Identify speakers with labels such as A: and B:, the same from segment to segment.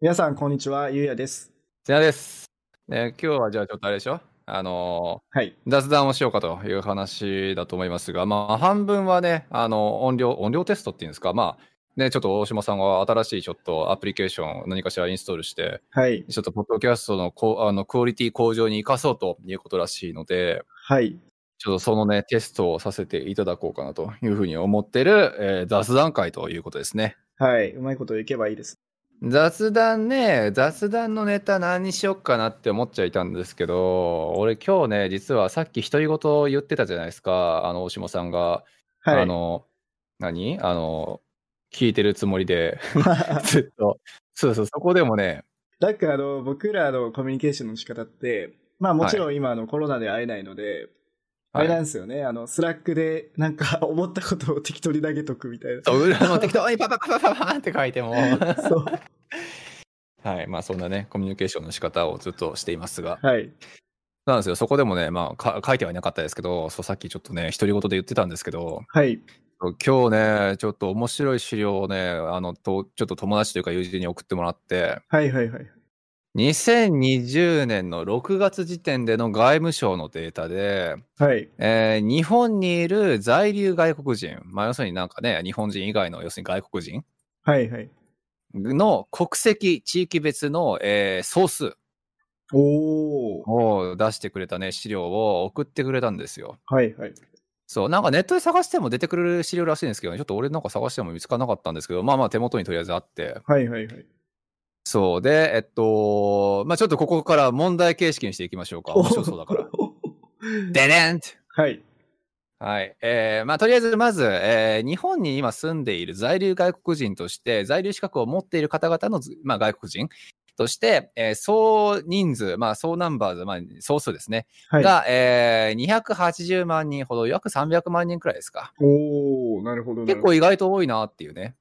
A: 皆さん、こんにちは。ゆうやです。
B: せなです、ね。今日はじゃあちょっとあれでしょあの
A: はい。
B: ー雑談をしようかという話だと思いますが、まあ半分はね、あの音量、音量テストっていうんですか、まあね、ちょっと大島さんが新しいちょっとアプリケーションを何かしらインストールして、
A: はい。
B: ちょっとポッドキャストのこうあのクオリティ向上に生かそうということらしいので、
A: はい。
B: ちょっとそのね、テストをさせていただこうかなというふうに思ってる、えー雑談会ということですね。
A: はい。うまいこといけばいいです。
B: 雑談ね、雑談のネタ何にしよっかなって思っちゃいたんですけど、俺今日ね、実はさっき独り言を言ってたじゃないですか、あの、大下さんが、
A: はい。
B: あの、何あの、聞いてるつもり で、ずっと。そうそう、そこでもね、
A: なんかあの僕らのコミュニケーションの仕方って、まあもちろん今あのコロナで会えないので、あ
B: は
A: れなん
B: い、
A: ですよね、あのスラックでなんか 思ったことを適当に投げとくみたいな。
B: そう裏の適当にパパパパパパンって書いても、
A: そう。
B: はい、まあそんなね、コミュニケーションの仕方をずっとしていますが、
A: はい。
B: なんですよ、そこでもね、まあか書いてはいなかったですけど、そうさっきちょっとね、独り言で言ってたんですけど、
A: はい。
B: 今日ね、ちょっと面白い資料をね、あのとちょっと友達というか友人に送ってもらって、
A: はいはいはい。
B: 2020年の6月時点での外務省のデータで、
A: はい。
B: えー日本にいる在留外国人、まあ、要するになんかね、日本人以外の要するに外国人
A: はいはい。
B: の国籍、地域別の、えー総数
A: おー。
B: を出してくれたね、資料を送ってくれたんですよ。
A: はいはい。
B: そう、なんかネットで探しても出てくる資料らしいんですけどね、ちょっと俺なんか探しても見つからなかったんですけど、まあまあ手元にとりあえずあって、
A: はいはいはい。
B: そうで、えっと、まあちょっとここから問題形式にしていきましょうか。面白そうだから。 ででんって
A: はい。
B: はい。えー、まあとりあえずまず、えー日本に今住んでいる在留外国人として、在留資格を持っている方々のず、まあ、外国人として、えー総人数、まあ総ナンバーズ、まあ総数ですね。
A: はい。
B: が、えー、280万人ほど、約300万人くらいですか。
A: おー、なるほどなる
B: 結
A: ほど。
B: 構意外と多いなっていうね。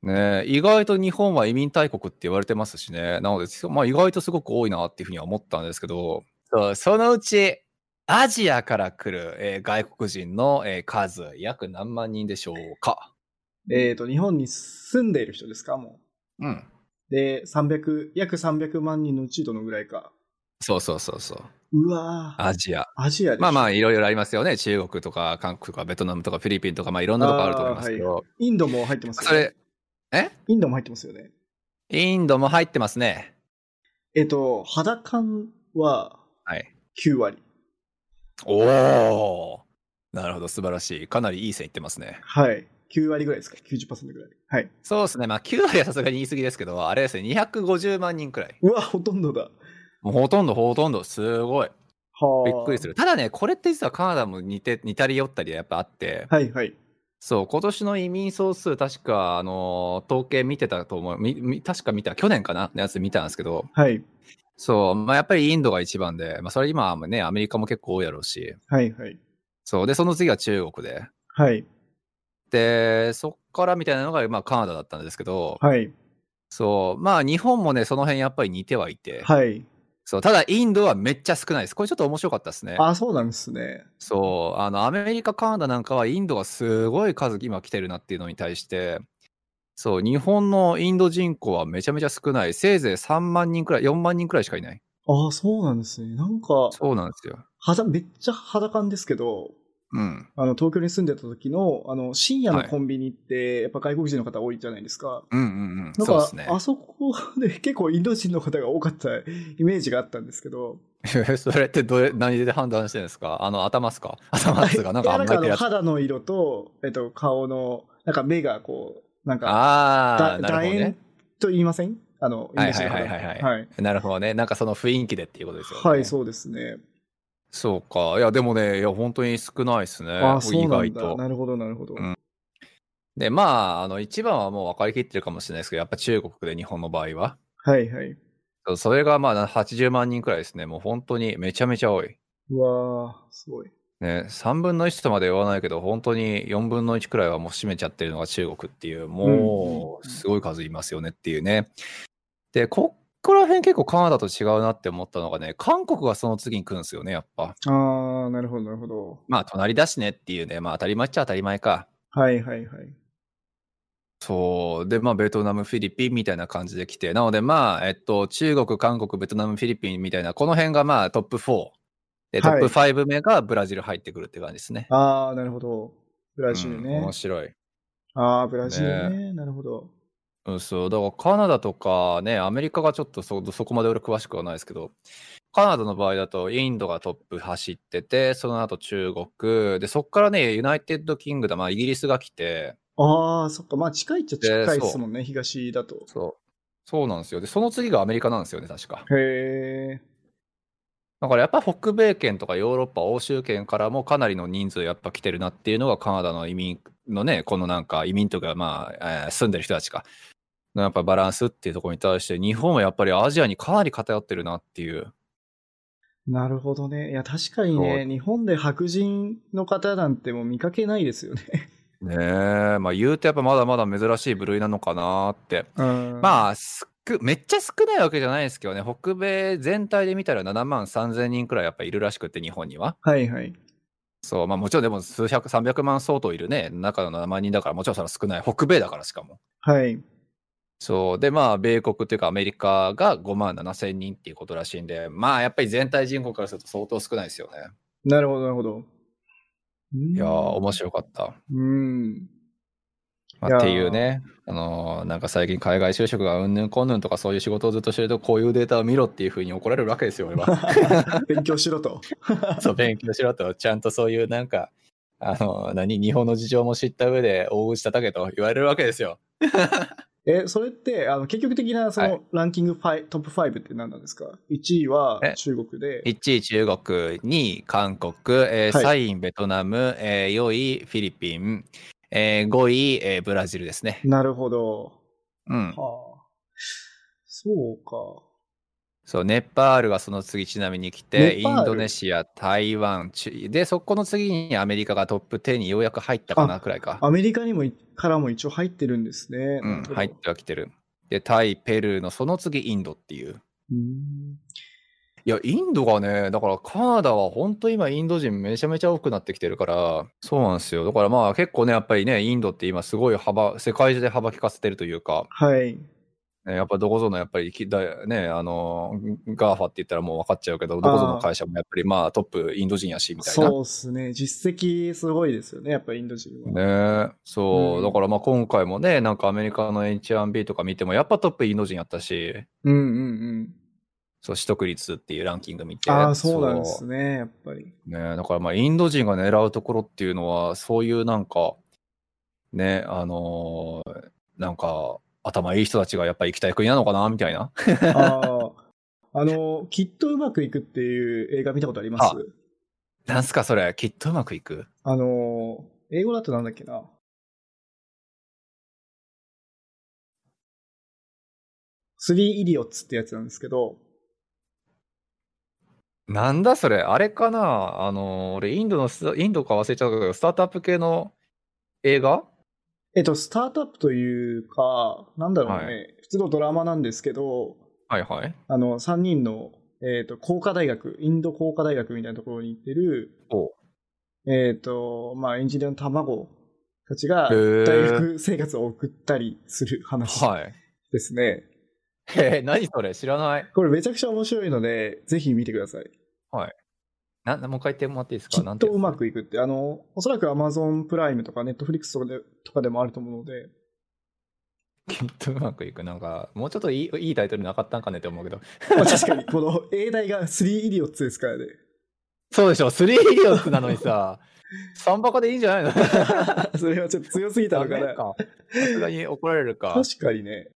B: ねえ意外と日本は移民大国って言われてますしね。なので、まあ、意外とすごく多いなっていうふうには思ったんですけど、そうそのうち、アジアから来る、えー外国人の、えー数、約何万人でしょうか。
A: えっ、と、日本に住んでいる人ですか、も
B: うん。
A: う。で、300、約300万人のうちどのぐらいか。
B: そうそうそうそう。
A: うわー。
B: アジア。
A: アジアでしょ
B: まあまあ、いろいろありますよね。中国とか、韓国とか、ベトナムとか、フィリピンとか、まあ、いろんなとこあると思いますけど、
A: インドも入ってます
B: そ
A: よね。
B: れ、え
A: インドも入ってますよね。
B: インドも入ってますね。
A: えっと、肌感は
B: はい。
A: 9割。
B: おおなるほど、素晴らしい。かなりいい線いってますね。
A: はい。9割ぐらいですか ?90% ぐらい。はい。
B: そうですね、まあ、9割はさすがに言い過ぎですけど、あれですね、250万人くらい。
A: うわ、ほとんどだ。
B: もうほとんどほとんど、すごい。
A: は
B: びっくりす
A: る。
B: る。ただね、これって実はカナダも似て似たり寄ったりやっぱあって、
A: はいはい。
B: そう、今年の移民総数、確か、あのー統計見てたと思う、みみ確か見た、去年かなのやつ見たんですけど、
A: はい。
B: そう、まあ、やっぱりインドが一番で、まあ、それ今はね、アメリカも結構多いやろうし、
A: はいはい。
B: そう、で、その次が中国で、
A: はい。
B: で、そっからみたいなのが、まあ、カナダだったんですけど、
A: はい。
B: そう、まあ、日本もね、その辺やっぱり似てはいて、
A: はい。
B: そう、ただインドはめっちゃ少ないです。これちょっと面白かったですね。
A: あ、そうなんですね。
B: そう、あの、アメリカ、カナダなんかはインドがすごい数今来てるなっていうのに対して、そう、日本のインド人口はめちゃめちゃ少ない。せいぜい3万人くらい、4万人くらいしかいない。
A: あ、そうなんですね。なんか、
B: そうなんですよ。
A: 肌、めっちゃ肌感ですけど、
B: うん。
A: あの、東京に住んでた時の、あの、深夜の
B: はい
A: コンビニって、やっぱ外国人の方多いじゃないですか。
B: うんうんうん。
A: なん
B: そうで
A: か
B: すね
A: あそこで 結構インド人の方が多かったイメージがあったんですけど、。
B: それってどれ、何で判断してるんですかあの、頭っすか頭っすが、なんか
A: い
B: あ
A: や
B: んま
A: なんかあの
B: りてやつ。
A: 肌の色と、えっと、顔の、なんか目がこう、なんか、
B: あ
A: だ
B: あ、なる
A: 楕
B: ほどね
A: 円。と言いませんあの、インド人の
B: はいはいはいはい
A: 方。
B: は
A: はい。
B: なるほどね。なんかその雰囲気でっていうことですよね。
A: はい、そうですね。
B: そうか。いや、でもね、いや、本当に少ないですね。
A: ああ、そ
B: 意
A: うな
B: 外
A: んだ。
B: と。
A: なるほど、なるほど。
B: んで、まあ、あの、一番はもう分かりきってるかもしれないですけど、やっぱ中国で日本の場合は。
A: はいはい。
B: そうそれがまあ、80万人くらいですね。もう本当にめちゃめちゃ多い。
A: うわあ、すごい。
B: ね、3分の1とまで言わないけど、本当に4分の1くらいはもう占めちゃってるのが中国っていう、もうすごい数いますよねっていうね。で、こっから辺結構カナダと違うなって思ったのがね、韓国がその次に来るんですよね、やっぱ。
A: ああ、なるほど、なるほど。
B: まあ、隣だしねっていうね、まあ当たり前っちゃ当たり前か。
A: はいはいはい。
B: そう。で、まあ、ベトナム、フィリピンみたいな感じで来て、なので、まあ、えっと、中国、韓国、ベトナム、フィリピンみたいな、この辺がまあ、トップ4。で、ト
A: は
B: ッ
A: い
B: プ5目がブラジル入ってくるって感じですね。
A: ああ、なるほど。ブラジル
B: うん
A: ね。
B: 面白い。
A: ああ、ブラジルね。なるほど。
B: うん、そう。だから、カナダとかね、アメリカがちょっとそそこまで俺詳しくはないですけど、カナダの場合だと、インドがトップ走ってて、その後中国、で、そこからね、ユナイテッドキングダム、まあ、イギリスが来て、
A: ああ、そっか。まあ近いっちゃ近いで
B: で
A: すもんね、東だと。
B: そう。そうなんですよ。で、その次がアメリカなんですよね、確か。
A: へえ。
B: だからやっぱ北米圏とかヨーロッパ、欧州圏からもかなりの人数やっぱ来てるなっていうのがカナダの移民のね、このなんか移民とか、まあ、えー住んでる人たちか。のやっぱバランスっていうところに対して、日本はやっぱりアジアにかなり偏ってるなっていう。
A: なるほどね。いや、確かにね、日本で白人の方なんてもう見かけないですよ ね。
B: ねえ、まあ言うとやっぱまだまだ珍しい部類なのかなって。
A: まあ、
B: まあ、すくめっちゃ少ないわけじゃないですけどね、北米全体で見たら7万3000人くらいやっぱいるらしくて、日本には。
A: はいはい。
B: そう、まあもちろんでも数百、300万相当いるね、中の7万人だから、もちろんそれは少ない。北米だからしかも。
A: はい。
B: そう。で、まあ、米国というかアメリカが5万7千人っていうことらしいんで、まあ、やっぱり全体人口からすると相当少ないですよね。
A: なるほど、なるほど。い
B: いやー、面白かった。
A: うん。い
B: まあ、
A: やー
B: っていうね、あのーなんか最近海外就職がうんぬんこんぬんとかそういう仕事をずっとしてると、こういうデータを見ろっていうふうに怒られるわけですよ、俺は。
A: 勉強しろと。
B: そう、勉強しろと、ちゃんとそういうなんか、あのー何、日本の事情も知った上で大口叩けと言われるわけですよ。
A: え、それって、あの、結局的な、そ
B: は
A: の、ランキングファイトップ5って何なんですか ?1 位は
B: え
A: 中国で。
B: 1位中国、2位韓国、えー
A: はい
B: 3位ベトナム、えー4位フィリピン、えー5位、えーブラジルですね。
A: なるほど。
B: うん。
A: はあ。そうか。
B: そう、ネパールがその次ちなみに来て、
A: ネ
B: イ
A: パール
B: ンドネシア、台湾、ちで、そこの次にアメリカがトップ10にようやく入ったかなくらいか。
A: アメリカにもい、からも一応入ってるんですね。
B: うん、入っ
A: う
B: てはきてる。で、タイ、ペルーのその次インドっていう。
A: ーん。
B: いや、インドがね、だからカナダは本当今インド人めちゃめちゃ多くなってきてるから、そうなんですよ。だからまあ結構ね、やっぱりね、インドって今すごい幅、世界中で幅利かせてるというか、
A: はい。
B: ねやっぱどこぞのやっぱりきだ、ね、あの、ガーファって言ったらもう分かっちゃうけど、どこぞの会社もやっぱりまあトップインド人やし、みたいな。
A: そうですね。実績すごいですよね。やっぱインド人は。
B: ねえそう、
A: うん
B: だからまあ今回もね、なんかアメリカの H&B とか見てもやっぱトップインド人やったし、
A: うんうん
B: そう、取得率っていうランキング見
A: う
B: て。
A: ん。ああ、そうなんで
B: そう
A: すね。やっぱり。
B: ねえ、だからまあインド人が狙うところっていうのはそういうなんかねあのーなんか頭いい人たちがやっぱ行きたい国なのかなみたいな
A: ああ。 あの、きっとうまくいくっていう映画見たことあります
B: なんすかそれきっとうまくいく
A: あの、英語だとなんだっけな。スリーイディオッツってやつなんですけど、
B: なんだそれあれかなあのー俺インドのスインドか忘れちゃったけどスタートアップ系の映画
A: えっと、スタートアップというか、なんだろうね、
B: は
A: 普通のドラマなんですけど、
B: はいはい
A: あの、3人の、えっと、工科大学、インド工科大学みたいなところに行ってる、
B: お
A: えっ、と、まあ、エンジニアの卵たちが、大
B: へー
A: 学生活を送ったりする話
B: はい
A: ですね。
B: えー、何それ知らない
A: これめちゃくちゃ面白いので、ぜひ見てください。
B: なもう一回言ってもらっていいです
A: き
B: か
A: っ
B: なん
A: と
B: て
A: うまくいくって、あの、おそらく Amazon プライムとか Netflix とかでとかでもあると思うので、
B: きっとうまくいくなんかもうちょっといいいいタイトルなかったんかねって思うけど
A: まあ、確かに、こ の英大が3イディオッツですからね。
B: そうでしょ、3イディオッツなのにさ、3バカでいいんじゃないの
A: それはちょっと強すぎた
B: ダ
A: のか
B: メ
A: な。
B: か。さすがに怒られるか。
A: 確かにね。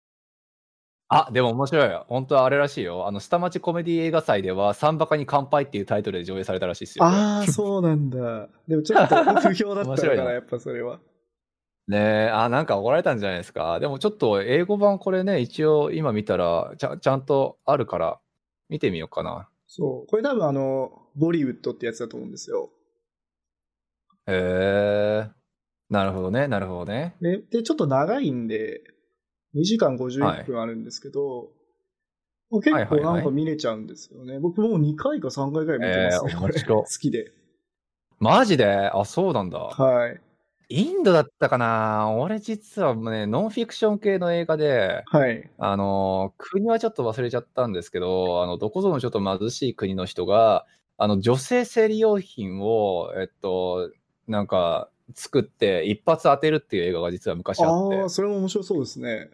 B: あ、でも面白い。本当はあれらしいよ。あの、下町コメディ映画祭では、3バカに乾杯っていうタイトルで上映されたらしいですよ。
A: ああ、そうなんだ。でもちょっと不評だったのか
B: 面白い
A: ら、
B: な
A: やっぱそれは。
B: ねえ、あ、なんか怒られたんじゃないですか。でもちょっと、英語版これね、一応今見たら、ちゃんちゃんとあるから、見てみようかな。
A: そう。これ多分あの、ボリウッドってやつだと思うんですよ。
B: へえ。なるほどね、なるほどね。
A: で、でちょっと長いんで、2時間51分あるんですけど、もう結
B: はいは
A: 構
B: いはい
A: なんか見れちゃうんですよね。僕もう2回か3回ぐらい見てますね、
B: えー
A: これ。
B: 面白い
A: 好きで。
B: マジであ、そうなんだ。
A: はい。
B: インドだったかな俺実はね、ノンフィクション系の映画で、
A: はい。
B: あの、国はちょっと忘れちゃったんですけど、あの、どこぞのちょっと貧しい国の人が、あの、女性生理用品を、えっと、なんか、作って一発当てるっていう映画が実は昔あって。
A: ああ、それも面白そうですね。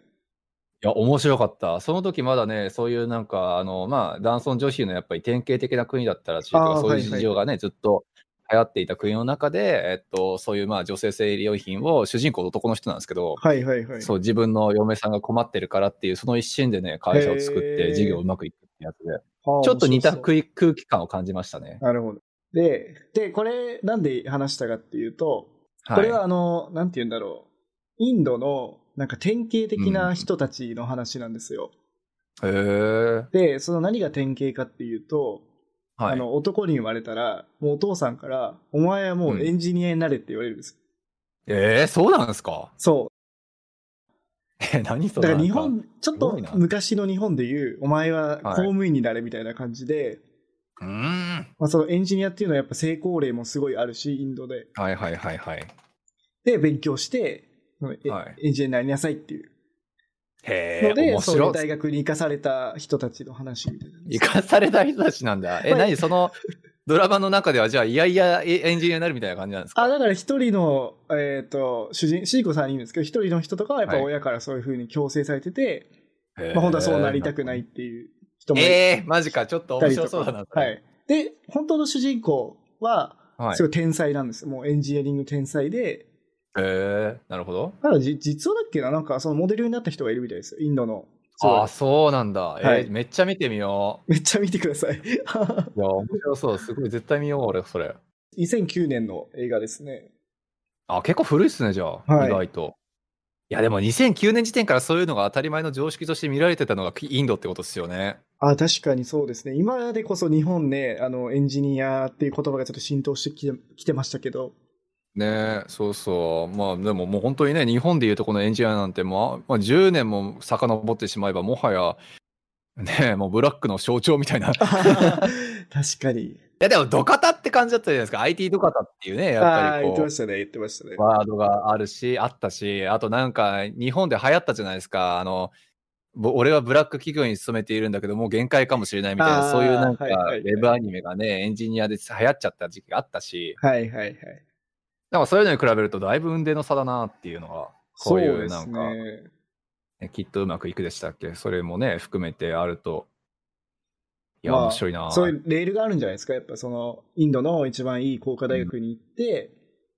B: いや、面白かった。その時まだね、そういうなんか、あの、まあ、男尊女卑のやっぱり典型的な国だったらしいと
A: あー
B: か、そういう
A: はいはい
B: 事情がね、ずっと流行っていた国の中で、えっと、そういうまあ女性生理用品を主人公の男の人なんですけど、
A: はいはいはい。
B: そう、自分の嫁さんが困ってるからっていう、その一心でね、会社を作っ
A: へ
B: て
A: ー
B: 事業をうまくいくってやつで、
A: ああ
B: ちょっと似た
A: 面白そう
B: 空空気感を感じましたね。
A: なるほど。で、で、これ、なんで話したかっていうと、
B: はい。
A: これはあの、なんて言うんだろう。インドの、なんか典型的
B: う
A: なん人たちの話なんですよ。
B: へー
A: で、その何が典型かっていうと、
B: は
A: あ
B: い。
A: の、男に生まれたら、もうお父さんから、お前はもうエンジニアになれって言われるんです。
B: えー、そうなんですか
A: そ。
B: え、何そうれ
A: だから日
B: なん
A: 本、ちょっ
B: す
A: と
B: ごいな
A: 昔の日本で言う、お前は公務員になれみたいな感じで、
B: うーん。
A: まあそのエンジニアっていうのはやっぱ成功例もすごいあるし、インドで。
B: はいはいはいはい。
A: で、勉強して、そのえ
B: はい
A: エンジニアになりなさいっていう。
B: へ
A: の
B: え、
A: で、
B: 面
A: そうい
B: 白
A: う
B: い。
A: 大学に行かされた人たちの話みたいな。
B: 生かされた人たちなんだ。え、
A: はい
B: 何そのドラマの中では、じゃあ、いやいやエエンジニアになるみたいな感じなんですか
A: あだから一人の、えっと主人シーコさんいるんですけど一人の人とかはやっぱ
B: はい
A: 親からそういうふうに強制されてて、
B: へー
A: まあ、本当はそうなりたくないっていう人もい
B: ええー、マジか。ちょっと
A: た
B: 面
A: りと
B: 白
A: か
B: そうだな。そ
A: は
B: れ。
A: い、で本当の主人公は
B: はい。
A: すごい天才なんですよ、もうエンジニアリング天才で
B: へえ、なるほど。
A: ただじ実はだっけななんかそのモデルになった人がいるみたいですよインドのすごい
B: ああ、そうなんだ。えー
A: はい
B: めっちゃ見てみよ
A: めっちゃ見てください
B: う。いや、面白そう。すごい。絶対見よう、俺、それ。
A: 2009年の映画ですね
B: あ、結構古いっすね、じゃあ、
A: はい
B: 意外と。いや、でも2009年時点からそういうのが当たり前の常識として見られてたのがインドってことですよね。
A: あ確かにそうですね今でこそ日本ねあのエンジニアっていう言葉がちょっと浸透してきてきてましたけど
B: ねえ、そうそう。まあでももう本当にね、日本でいうとこのエンジニアなんて、まあ、まあ、10年も遡ってしまえば、もはや、ねえ、もうブラックの象徴みた い な。い
A: 確かに。
B: やでも、ドカタって感じだったじゃないですか。IT ドカタっていうね、やっ
A: ああ
B: ぱ
A: ー、
B: り
A: 言っ
B: こ
A: て
B: う
A: ま。したね、言ってましたね。
B: ワードがあるし、あったし、あとなんか日本で流行ったじゃないですか。あの、ぼ俺はブラック企業に勤めているんだけど、もう限界かもしれないみたい
A: あー
B: な、そういうなんか
A: はいはいはい
B: ウェブアニメがね、エンジニアで流行っちゃった時期があったし、
A: はいはいはい。
B: なんかそういうのに比べるとだいぶ運命の差だなっていうのが、こういうなんか、ね
A: ね。
B: きっとうまくいくでしたっけそれもね、含めてあると、いや、
A: まあ
B: 面白いな
A: そういうレールがあるんじゃないですか、やっぱその、インドの一番いい工科大学に行って、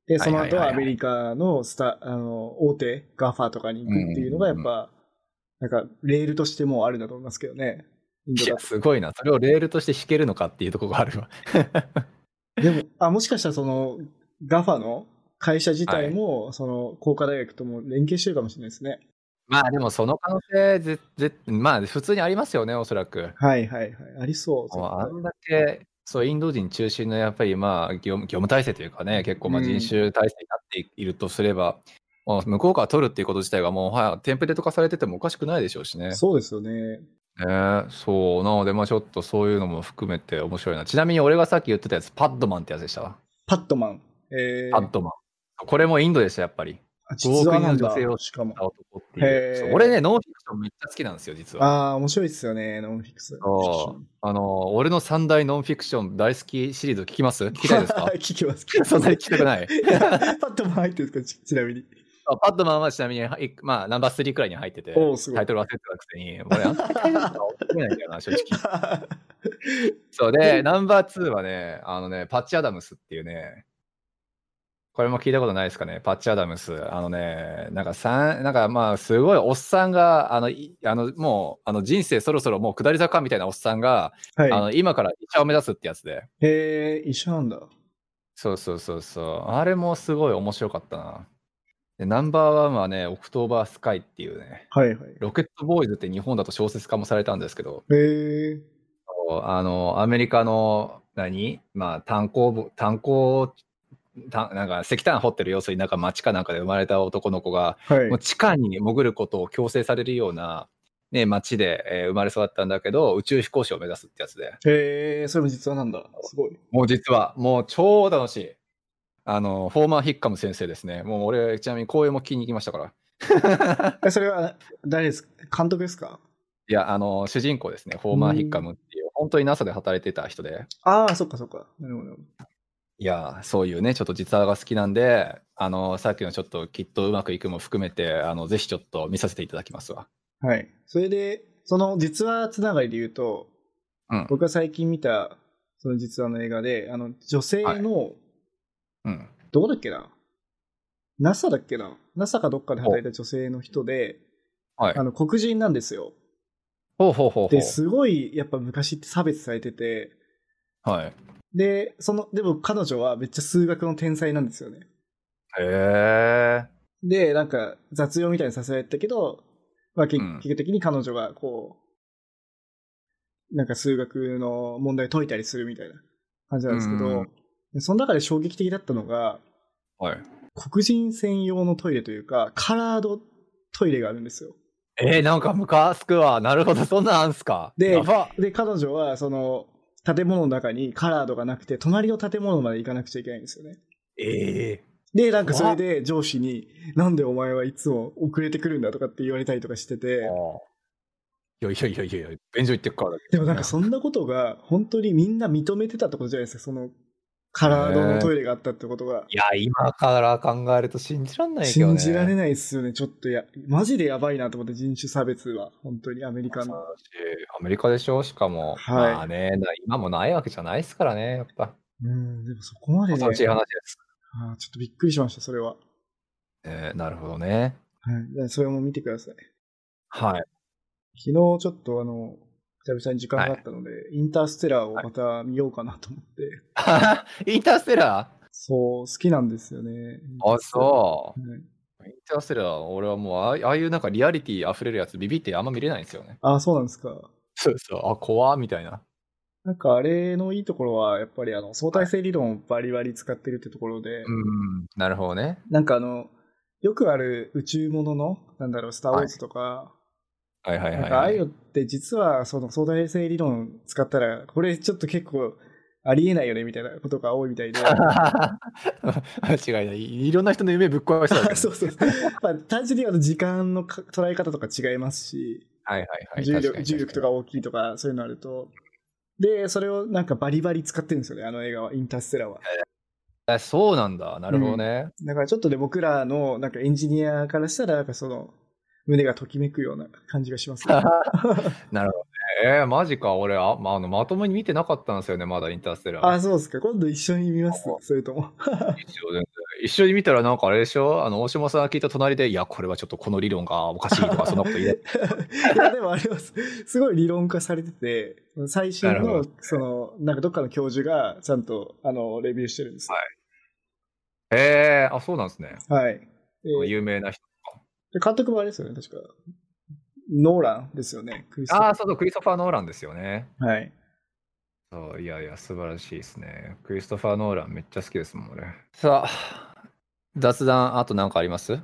A: で、その
B: はいは
A: 後
B: いはい
A: は
B: は
A: ア
B: い
A: メリカのスタ、あの、大手、ガファとかに行くっていうのが、やっぱ、なんか、レールとしてもうあるんだと思いますけどね。イン
B: い
A: ドだ
B: や、
A: と
B: すごいな。それをレールとして弾けるのかっていうところがあ るわ。
A: でも、あ、もしかしたらその、ガファの会社自体も、その、工科大学とも連携してるかもしれないですね。
B: まあでもその可能性ぜぜ、まあ普通にありますよね、おそらく。
A: はいはいはい。ありそう。
B: もうあんだけそうインド人中心のやっぱりまあ業務業務体制というかね結構まあ
A: うん
B: 人種体制になっているとすれば、もう向こうから取るっていうこと自体がもうはやテンプレート化されててもおかしくないでしょうしね。
A: そうですよね。
B: ねそうなのでまあちょっとそういうのも含めて面白いなちなみに俺がさっき言ってたやつパッドマンってやつでしたわ、
A: パットマン。えー
B: パッドマンこれもインドでしたやっぱり
A: あ実話なん
B: 5
A: だ
B: 億人の女性を
A: しかも。
B: 男って
A: へ
B: い
A: ー
B: うそう俺ねノンフィクションめっちゃ好きなんですよ実は
A: ああ、面白いですよね、ノンフィクス。
B: そあの俺の三大ノンフィクション大好きシリーズ聞きます聞きたいですか
A: 聞きます。
B: そんなに聞きたくない
A: パットマン入ってるんですか、ちちなみに。
B: あパッドマンはちなみに、はいまあ、ナンバー3くらいに入ってて、タイ
A: おー
B: ト
A: す
B: ル
A: ごい
B: 忘れてたくせに、俺、あん まりタイトルとか覚えてないんだよな、正直。そうで、ナンバー2はね、あのね、パッチ・アダムスっていうね、これも聞いたことないですかね、パッチ・アダムス。あのね、なんかさん、なんかまあ、すごいおっさんが、あの、いあのもう、あの人生そろそろもう下り坂みたいなおっさんが、あ
A: は
B: の今から医者を目指すってやつで。
A: い。へえ、医者なんだ。
B: そうそうそうそう。あれもすごい面白かったな。でナンバーワンはね、オクトーバースカイっていうね、
A: はいはい。
B: ロケットボーイズって日本だと小説化もされたんですけど、
A: へえ、
B: あの、アメリカの、何まあ、炭鉱部、炭鉱、炭なんか石炭掘ってる要するになんか町かなんかで生まれた男の子が、
A: はい
B: もう。地下に潜ることを強制されるような、ね、町で、えー生まれ育ったんだけど、宇宙飛行士を目指すってやつで、
A: へえ、それも実話なんだ。すごい。
B: もう実は、もう超楽しい。あの、フォーマー・ヒッカム先生ですね。もう俺、ちなみに公演も聞きに行きましたから。
A: えそれは誰です監督ですか
B: いや、あの、主人公ですね。フォーマー・ヒッカムっていう、本当に NASA で働いてた人で、
A: ああ、そっかそっか。なるほど。
B: いや、そういうね、ちょっと実話が好きなんで、あの、さっきのちょっときっとうまくいくも含めて、あの、ぜひちょっと見させていただきますわ。
A: はい。それで、その実話つながりで言うと、
B: うん。
A: 僕が最近見た、その実話の映画で、あの、女性の、
B: うん。
A: どこだっけな ?NASA だっけな ?NASA かどっかで働いた女性の人で、
B: はい
A: あ。の、黒人なんですよ。
B: ほうほうほうほ
A: で、
B: う。
A: すごい、やっぱ昔って差別されてて、
B: はい。へ
A: で、その、でも彼女はめっちゃ数学の天才なんですよね。
B: え。
A: で、なんか雑用みたいにさせられてたけど、まあ、結
B: うん
A: 結局的に彼女がこう、なんか数学の問題解いたりするみたいな感じなんですけ
B: うん
A: ど、
B: う
A: でその中で衝撃的だったのが、
B: はい。
A: 黒人専用のトイレというか、カラードトイレがあるんですよ。
B: えー、なんかムカつくわ。なるほど、そんなんあんすか。
A: で
B: やば
A: で、彼女はその、建物の中にカラードがなくて、隣の建物まで行かなくちゃいけないんですよね。
B: ええ
A: で、なんかそれで上司に、なんでお前はいつも遅れてくるんだとかって言われたりとかしてて、
B: いやいやいやいやいや、便所行ってくから。
A: でもなんかそんなことが本当にみんな認めてたってことじゃないですか、そのカラードのトイレがあったってことが。
B: いや、今から考えると信じらんないけどね。
A: 信じられないですよね、ちょっとや、マジでやばいなと思って、人種差別は、本当にアメリカ
B: 恐
A: の。
B: ろしいアメリカでしょしかも。
A: はい
B: まあね、な今もないわけじゃないですからね、やっぱ。
A: うん、でもそこまでね、
B: 恐ろしい話です。
A: あーちょっとびっくりしました、それは。
B: えーなるほどね。
A: はい、でそれも見てください。
B: はい。
A: 昨日ちょっとあの、久々に時間があったので、インターステラーをまた見ようかなと思って、
B: インターステラ
A: そう、好きなんですよね。。
B: ーあ、そう
A: はい、
B: う。インターステラー、俺はもうああい、ああいうなんかリアリティ溢れるやつ、ビビってあんま見れないんですよね。
A: あー、そうなんですか。
B: そうそう、あ、怖ーみたいな。
A: なんかあれのいいところは、やっぱりあの相対性理論をバリバリ使ってるってところで、
B: うん、なるほどね。
A: なんかあの、よくある宇宙ものの、なんだろう、スター・ウォーズとか、
B: はいはい
A: なん
B: はい、
A: かああ。
B: はいいう
A: のって実はその相対性理論使ったら、これちょっと結構ありえないよねみたいなことが多いみたい で、
B: 違いない。いいろんな人の夢ぶっ壊したわけ ね
A: そうそうそう。まあ、単純にあの時間のか捉え方とか違いますし、
B: はいはいはい。
A: 重
B: 確か
A: 力
B: に
A: 重力とか。大きいとか、そういうのあると、で、それをなんかバリバリ使ってるんですよね、あの映画は、インターステラーは。
B: えそうなんだ。なるほどね。
A: だからちょっとね、僕らのなんかエンジニアからしたら、なんかその、胸がときめくような感じがします、 ね。
B: なるほどね。えーマジか。俺あ、まああの、まともに見てなかったんですよね、まだインターステラー。
A: あ、そうですか。今度一緒に見ますそれとも。
B: 一応全然一緒に見たらなんかあれでしょあの、大島さんが聞いた隣で、いや、これはちょっとこの理論がおかしいとか、そんなこと言い出して
A: いや、でもあれはす、すごい理論化されてて、最新
B: なるほ
A: の、その、なんかどっかの教授が、ちゃんと、あの、レビューしてるんですよ。
B: へえー、あ、そうなんですね。
A: はい。で
B: 有名な人。
A: 監督もあれですよね、確か。ノーランですよね、クリス
B: ああ、そうそう、クリストファー・ノーランですよね。
A: はい。
B: そういやいや、素晴らしいですね。クリストファー・ノーランめっちゃ好きですもん、俺。さあ、雑談、あと何かあります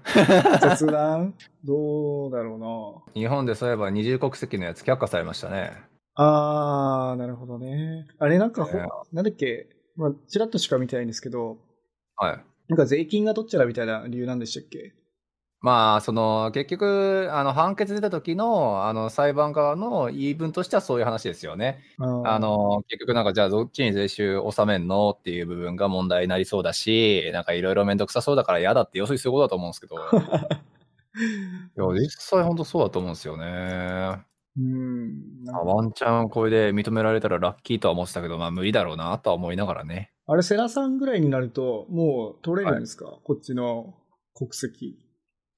A: 雑談どうだろう
B: 日本でそういえば二重国籍のやつ却下されましたね。
A: な。あー、なるほどね。あれなんかほ、
B: ね
A: なんだっけ、まあ、ちらっとしか見てないんですけど、
B: はい。
A: なんか税金がどっちゃらみたいな理由なんでしたっけ
B: まあ、その、結局、あの、判決出た時の、あの、裁判側の言い分としてはそういう話ですよね。
A: あー
B: あの、結局なんか、じゃあ、どっちに税収納めんのっていう部分が問題になりそうだし、なんかいろいろめんどくさそうだから嫌だって、要するにそういうことだと思うんですけど、いや、実際本当そうだと思うんですよね。
A: うん。なんか
B: まあワンチャンこれで認められたらラッキーとは思ってたけど、まあ無理だろうなとは思いながらね。
A: あれ、セラさんぐらいになると、もう取れるんですか、こっちの国籍。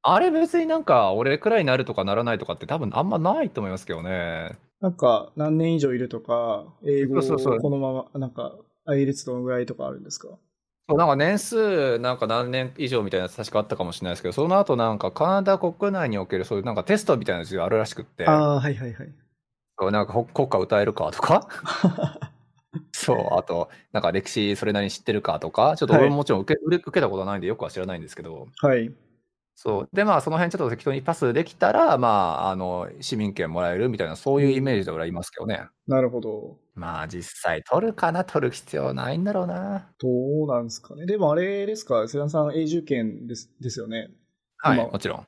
B: あれ別になんか俺くらいになるとかならないとかって多分あんまないと思いますけどね。
A: なんか、何年以上いるとか、英語
B: そうそうそ
A: を
B: う
A: このまま、なんか、愛列どのぐらいとかあるんですか
B: そうなんか年数なんか何年以上みたいなやつ確かあったかもしれないですけど、その後なんかカナダ国内におけるそういうなんかテストみたいなやつがあるらしくって、
A: ああ、はいはいはい。
B: そうなんかほ国歌歌えるか とか、そう、あとなんか歴史それなりに知ってるかとか、ちょっと
A: はい
B: 俺ももちろん受け,、受けたことはないんでよくは知らないんですけど、
A: はい。
B: そう。で、まあ、その辺ちょっと適当にパスできたら、まあ、あの、市民権もらえるみたいな、そういうイメージで俺はいますけどね。
A: なるほど。
B: まあ、実際取るかな、取る必要ないんだろうな。
A: どうなんですかね。でもあれですか、セダンさん永住権ですですよね。
B: はい、
A: まあ
B: もちろん。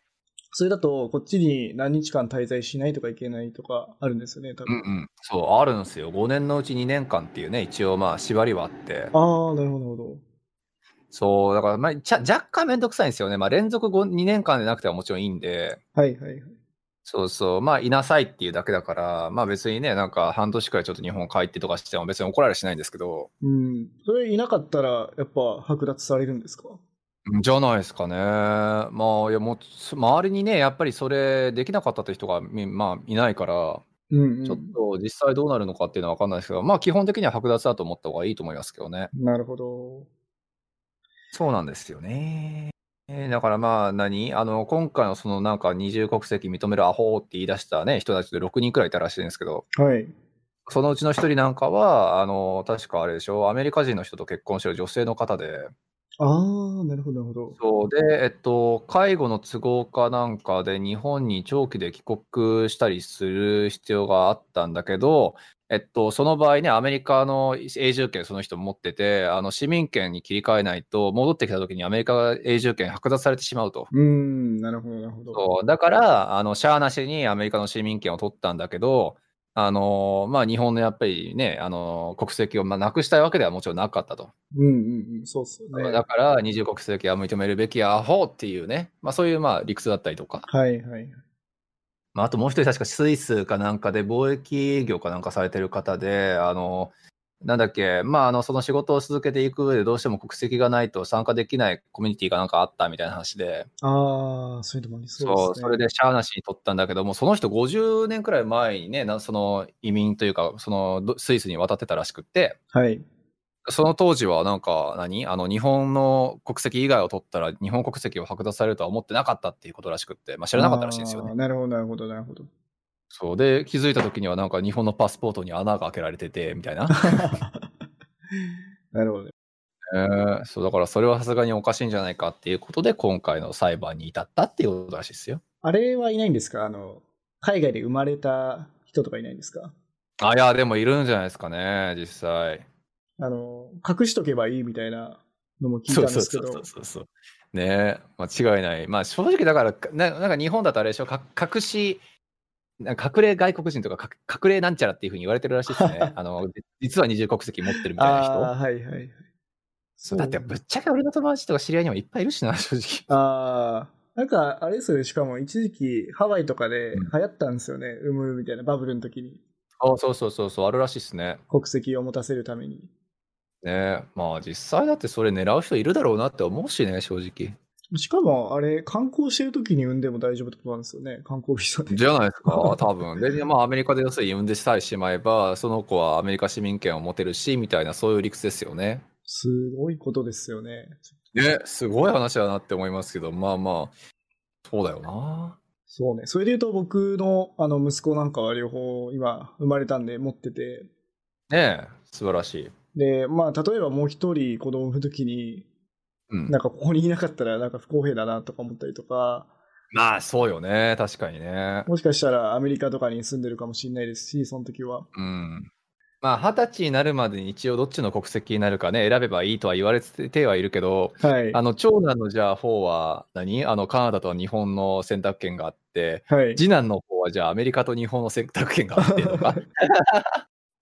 A: それだと、こっちに何日間滞在しないとかいけないとかあるんですよね、多
B: うん
A: 分。
B: うん。そう、あるんですよ。5年のうち2年間っていうね、一応まあ、縛りはあっ
A: ああ、な
B: て。
A: るほど、なるほど。
B: そう、だから、まあ、ちゃ若干めんどくさいんですよね。まあ、連続2年間でなくてはもちろんいいんで。
A: はいはいはい。
B: そうそう、まあ、いなさいっていうだけだから、まあ別にね、なんか半年くらいちょっと日本帰ってとかしても別に怒られはしないんですけど、
A: うん。それいなかったら、やっぱ剥奪されるんですか
B: じゃないですかね。まあ、いや、もう、そ周りにね、やっぱりそれできなかったって人が、みまあ、いないから、
A: うん、うん。
B: ちょっと実際どうなるのかっていうのは分かんないですけど、まあ、基本的には剥奪だと思った方がいいと思いますけどね。
A: なるほど。
B: そうなんですよね。えーだからまあ何、あの、今回のそのなんか二重国籍認めるアホって言い出したね、人たちで6人くらいいたらしいんですけど、
A: はい。
B: そのうちの一人なんかは、あの、確かあれでしょ、アメリカ人の人と結婚してる女性の方で、
A: ああ、なるほど、なるほど。
B: そうで、えっと、介護の都合かなんかで日本に長期で帰国したりする必要があったんだけど、えっと、その場合ね、アメリカの永住権その人持ってて、あの市民権に切り替えないと、戻ってきた時にアメリカが永住権剥奪されてしまうと。
A: うん、なるほど、なるほど。
B: そうだから、あのシャアなしにアメリカの市民権を取ったんだけど、あのまあ、日本のやっぱりね、あの国籍をまあなくしたいわけではもちろんなかったと。
A: うんうんうん、そうっすよね。
B: だから、二重国籍は認めるべきアホっていうね、まあ、そういうまあ理屈だったりとか、
A: はいはい。
B: まあ、あともう一人、確かスイスかなんかで貿易業かなんかされてる方で、あのなんだっけ、まあ、あのその仕事を続けていく上で、どうしても国籍がないと参加できないコミュニティがなんかあったみたいな話で、
A: ああ、そういうのもあり
B: そ
A: そううですね。
B: それでシャアなしに取ったんだけども、その人、50年くらい前にね、なその移民というか、そのどスイスに渡ってたらしくって。
A: はい。
B: その当時はなんか何あの日本の国籍以外を取ったら日本国籍を剥奪されるとは思ってなかったっていうことらしくって、まあ、知らなかったらしいんですよ
A: あ
B: ね
A: ー。なるほど、なるほど、なるほど。
B: そうで気づいた時にはなんか日本のパスポートに穴が開けられててみ たいな、
A: なるほどね。
B: えーそうだからそれはさすがにおかしいんじゃないかっていうことで今回の裁判に至ったっていうことらしいですよ。
A: あれはいないんですかあの、海外で生まれた人とかいないんですか
B: あいやでもいるんじゃないですかね実際。
A: あの、隠しとけばいいみたいなのも聞いたんですけ
B: そ
A: ど
B: う。そうそうそうそう。ねえ、間違いない。まあ正直だから、ななんか日本だとあれでしょ、か隠し、なんか隠れ外国人とかか隠れなんちゃらっていうふうに言われてるらしいですね。あのじ実は二重国籍持ってるみたいな
A: ああ
B: 人。
A: ー、はいはいはい。
B: そうだってぶっちゃけ俺の友達とか知り合いにもいっぱいいるしな、正直。
A: ああ、なんか、あれですよね。しかも、一時期、ハワイとかで
B: うん
A: 流行ったんですよね。産むみたいな、バブルの時に。
B: あそうそうそうそう、あるらしいですね。
A: 国籍を持たせるために。
B: ねえ、まあ実際だってそれ狙う人いるだろうなって思うしね、正直。
A: しかも、あれ、観光してる時に産んでも大丈夫ってことなんですよね。観光ビザで。
B: じゃないですか、 多分。で、まあアメリカで要するに産んでさえしまえば、その子はアメリカ市民権を持てるし、みたいなそういう理屈ですよね。
A: すごいことですよね。
B: ね、すごい話だなって思いますけど、まあまあ、そうだよな。
A: そうね。それで言うと、僕の、あの、息子なんかは両方、今、生まれたんで、持ってて。
B: ねえ、素晴らしい。
A: で、まあ、例えばもう一人子供産む時に、
B: うん
A: な、んかここにいなかったら、なんか不公平だなとか思ったりとか、
B: まあ、そうよね、確かにね。
A: もしかしたらアメリカとかに住んでるかもしれないですし、その時は。
B: うん。まあ、二十歳になるまでに一応どっちの国籍になるかね、選べばいいとは言われててはいるけど、
A: はい。
B: あの、長男のじゃあ方は何、あの、カナダと日本の選択権があって、
A: はい。
B: 次男の方はじゃあアメリカと日本の選択権があってと か、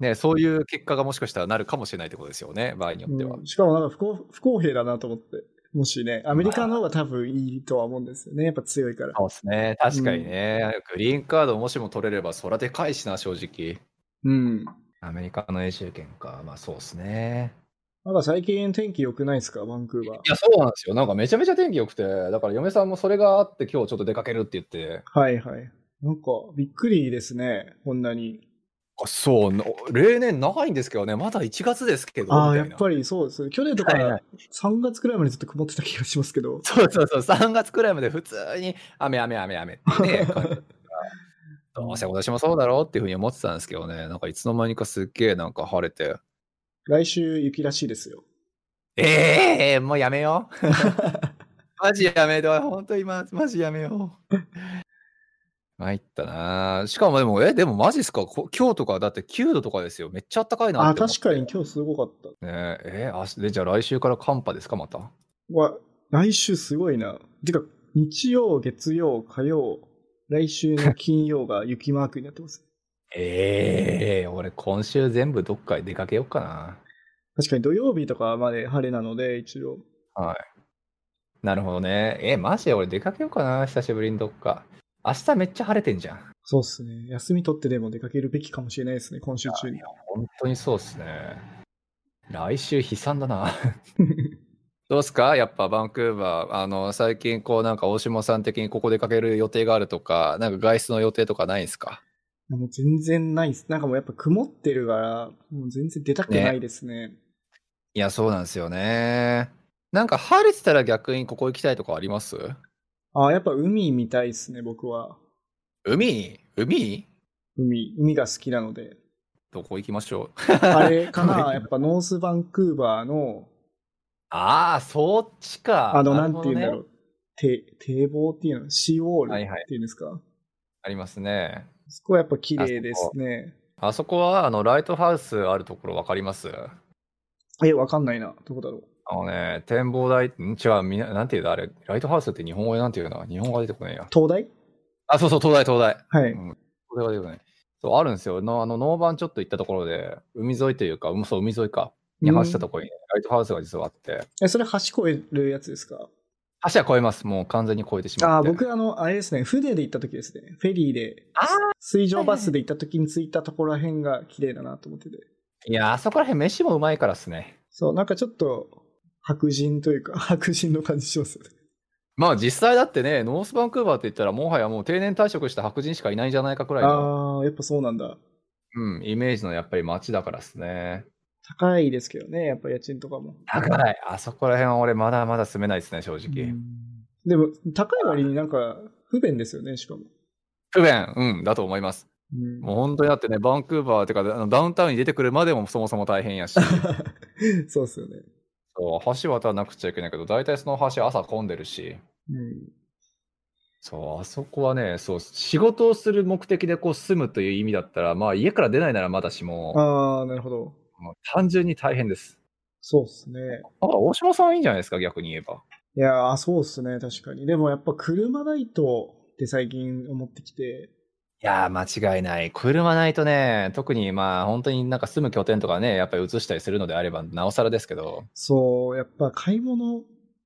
B: ね、そういう結果がもしかしたらなるかもしれないってことですよね、場合によっては。
A: うんしかもなんか不公不公平だなと思って、もしね、アメリカの方が多分いいとは思うんですよね、やっぱ強いから。
B: そうですね、確かにね、グリーンカードもしも取れれば、そらでかいしな、正直。
A: うん。
B: アメリカの永住権か、まあそうですね。
A: なんか最近天気良くないですか、バンクーバー
B: い。や、そうなんですよ、なんかめちゃめちゃ天気良くて、だから嫁さんもそれがあって、今日ちょっと出かけるって言って、
A: はいはい。なんかびっくりですね、こんなに。
B: あそう、な例年ないんですけどね、まだ1月ですけど、
A: ああ、
B: み
A: や
B: た
A: っ
B: いな。
A: ぱりそうですね。去年とか
B: はいは
A: 3月くらいまでずっと曇ってた気がしますけど。
B: そうそうそう、3月くらいまで普通に雨、雨、雨、雨って ね、感じだからどうせ私もそうだろうっていうふうに思ってたんですけどね、なんかいつの間にかすっげえなんか晴れて、
A: 来週雪らしいですよ。
B: ええー、もうやめよう。マジやめろ、本当今、マジやめよう。参ったなあしかもでも、え、でもマジっすかこ今日とかだって9度とかですよ。めっちゃ暖かいな
A: あ、
B: って思っ
A: 確
B: て。
A: かに今日すごかった。
B: ねえ、えあで、じゃあ来週から寒波ですか、また。
A: わ、来週すごいな。てか、日曜、月曜、火曜、来週の金曜が雪マークになってます。
B: ええ俺今週全部どっかへ出かけようかな。
A: 確かに土曜日とかまで晴れなので、一応。
B: なるほどね。え、マジで俺出かけようかな、久しぶりにどっか。明日めっちゃ晴れてんじゃん。
A: そうっすね。休み取ってでも出かけるべきかもしれないですね、今週中に。
B: 本当にそうっすね。来週悲惨だな。 どうっすかやっぱバンクーバー、あの、最近こうなんか大島さん的にここ出かける予定があるとか、なんか外出の予定とかないんすか
A: もう全然ないっす。なんかもうやっぱ曇ってるから、もう全然出たくないですね。
B: いや、そうなんですよね。なんか晴れてたら逆にここ行きたいとかあります
A: あ、やっぱ海見たいっすね、僕は。
B: 海海
A: 海、海が好きなので。
B: どこ行きましょう
A: あれかな、やっぱノースバンクーバーの、
B: ああ、そっちか。
A: あの、な
B: る
A: んて
B: ほど
A: 言うんだろう。
B: ね。
A: 堤堤防っていうの、シーウォールっていうんですか、
B: ありますね。
A: そこはやっぱ綺麗ですね。
B: あそこは、あの、ライトハウスあるところわかります
A: え、わかんないな。どこだろう。
B: あのね、展望台、ん違う、みな、なんて言うんだ、あれ、ライトハウスって日本語でなんて言うの日本語が出てこないや。
A: 東大
B: あ、そうそう、東大、東大。
A: は
B: う
A: い。
B: ん、東大が出てこない。そう、あるんですよ。のあの、農盤ちょっと行ったところで、海沿いというか、うんそう、海沿いか、に走ったところにね、ライトハウスが実はあって、
A: え、それ橋越えるやつですか
B: 橋は越えます。もう完全に越えてしま
A: あ
B: っ
A: ー、
B: て。
A: 僕、あの、あれですね、船で行った時ですね。フェリーで、
B: あー
A: 水上バスで行った時に着いたところらへんが綺麗だなと思ってて。
B: いや、あそこら辺飯もうまいからっすね。
A: そう、なんかちょっと、白人というか、 白人の感じしますよね。
B: まあ実際だってね、ノースバンクーバーって言ったら、もはやもう定年退職した白人しかいないんじゃないかくらいの、
A: ああ、やっぱそうなんだ。
B: うん、イメージのやっぱり街だからですね。
A: 高いですけどね、やっぱ家賃とかも。
B: だから、あそこら辺は俺まだまだ住めないですね、正直。
A: でも、高い割になんか、不便ですよね、しかも。
B: 不便、うん、だと思いま
A: う
B: す。
A: ん
B: もう本当にだってね、バンクーバーってか、あのダウンタウンに出てくるまでもそもそも大変やし、
A: そうですよね。
B: そう橋渡らなくちゃいけないけど、大体その橋朝混んでるし、
A: うん
B: そう、あそこはね、そう、仕事をする目的でこう住むという意味だったら、まあ家から出ないならまだしも、
A: ああ、なるほど。
B: もう単純に大変です。
A: そうですね。
B: あ、大島さんいいんじゃないですか、逆に言えば。
A: いやー、そうですね、確かに。でもやっぱ車ないとって最近思ってきて、
B: いやー、間違いない。車ないとね、特にまあ、本当になんか住む拠点とかね、やっぱり移したりするのであれば、なおさらですけど。
A: そう、やっぱ買い物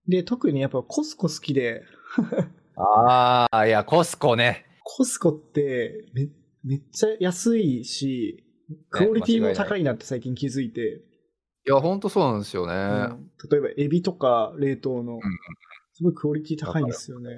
A: で、特にやっぱコスコ好きで、
B: ああ、いや、コスコね。
A: コスコってめめっちゃ安いし、クオリティも高いなって最近気づいて、
B: いや、ほんとそうなんですよね。
A: うん例えばエビとか冷凍の、すごいクオリティ高いんですよね。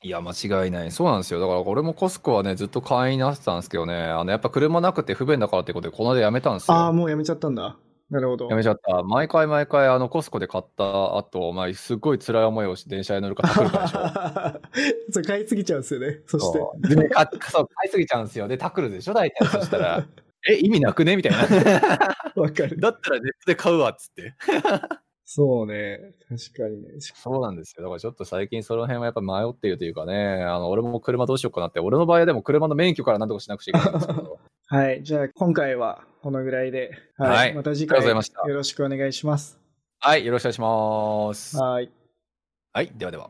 B: いや、間違いない。そうなんですよ。だから、俺もコスコはね、ずっと会員になってたんですけどね、あの、やっぱ車なくて不便だからってことで、この間やめたんですよ。
A: ああ、もうやめちゃったんだ。なるほど。
B: やめちゃった。毎回毎回、あの、コスコで買った後、まあ、すっごい辛い思いをして電車に乗るかタクルかでし ょ。
A: そう買いすぎちゃうんですよね。そして。
B: そうでねかそう買いすぎちゃうんですよ。で、タクルでしょ、大体。そしたら、 え、意味なくねみたいな。 だ
A: わかる。
B: ったらネットで買うわっつって。
A: そうね。確かにね。
B: そうなんですよ。だからちょっと最近その辺はやっぱ迷っているというかね、あの俺も車どうしようかなって、俺の場合はでも車の免許から何とかしなくちゃいけないんですけ ど。
A: はい。じゃあ、今回はこのぐらいで。
B: はい
A: また次回
B: ありがとうござい
A: よ
B: ました
A: ろしくお願いします。
B: はい、よろしくお願いします。
A: はい。
B: はい、ではでは。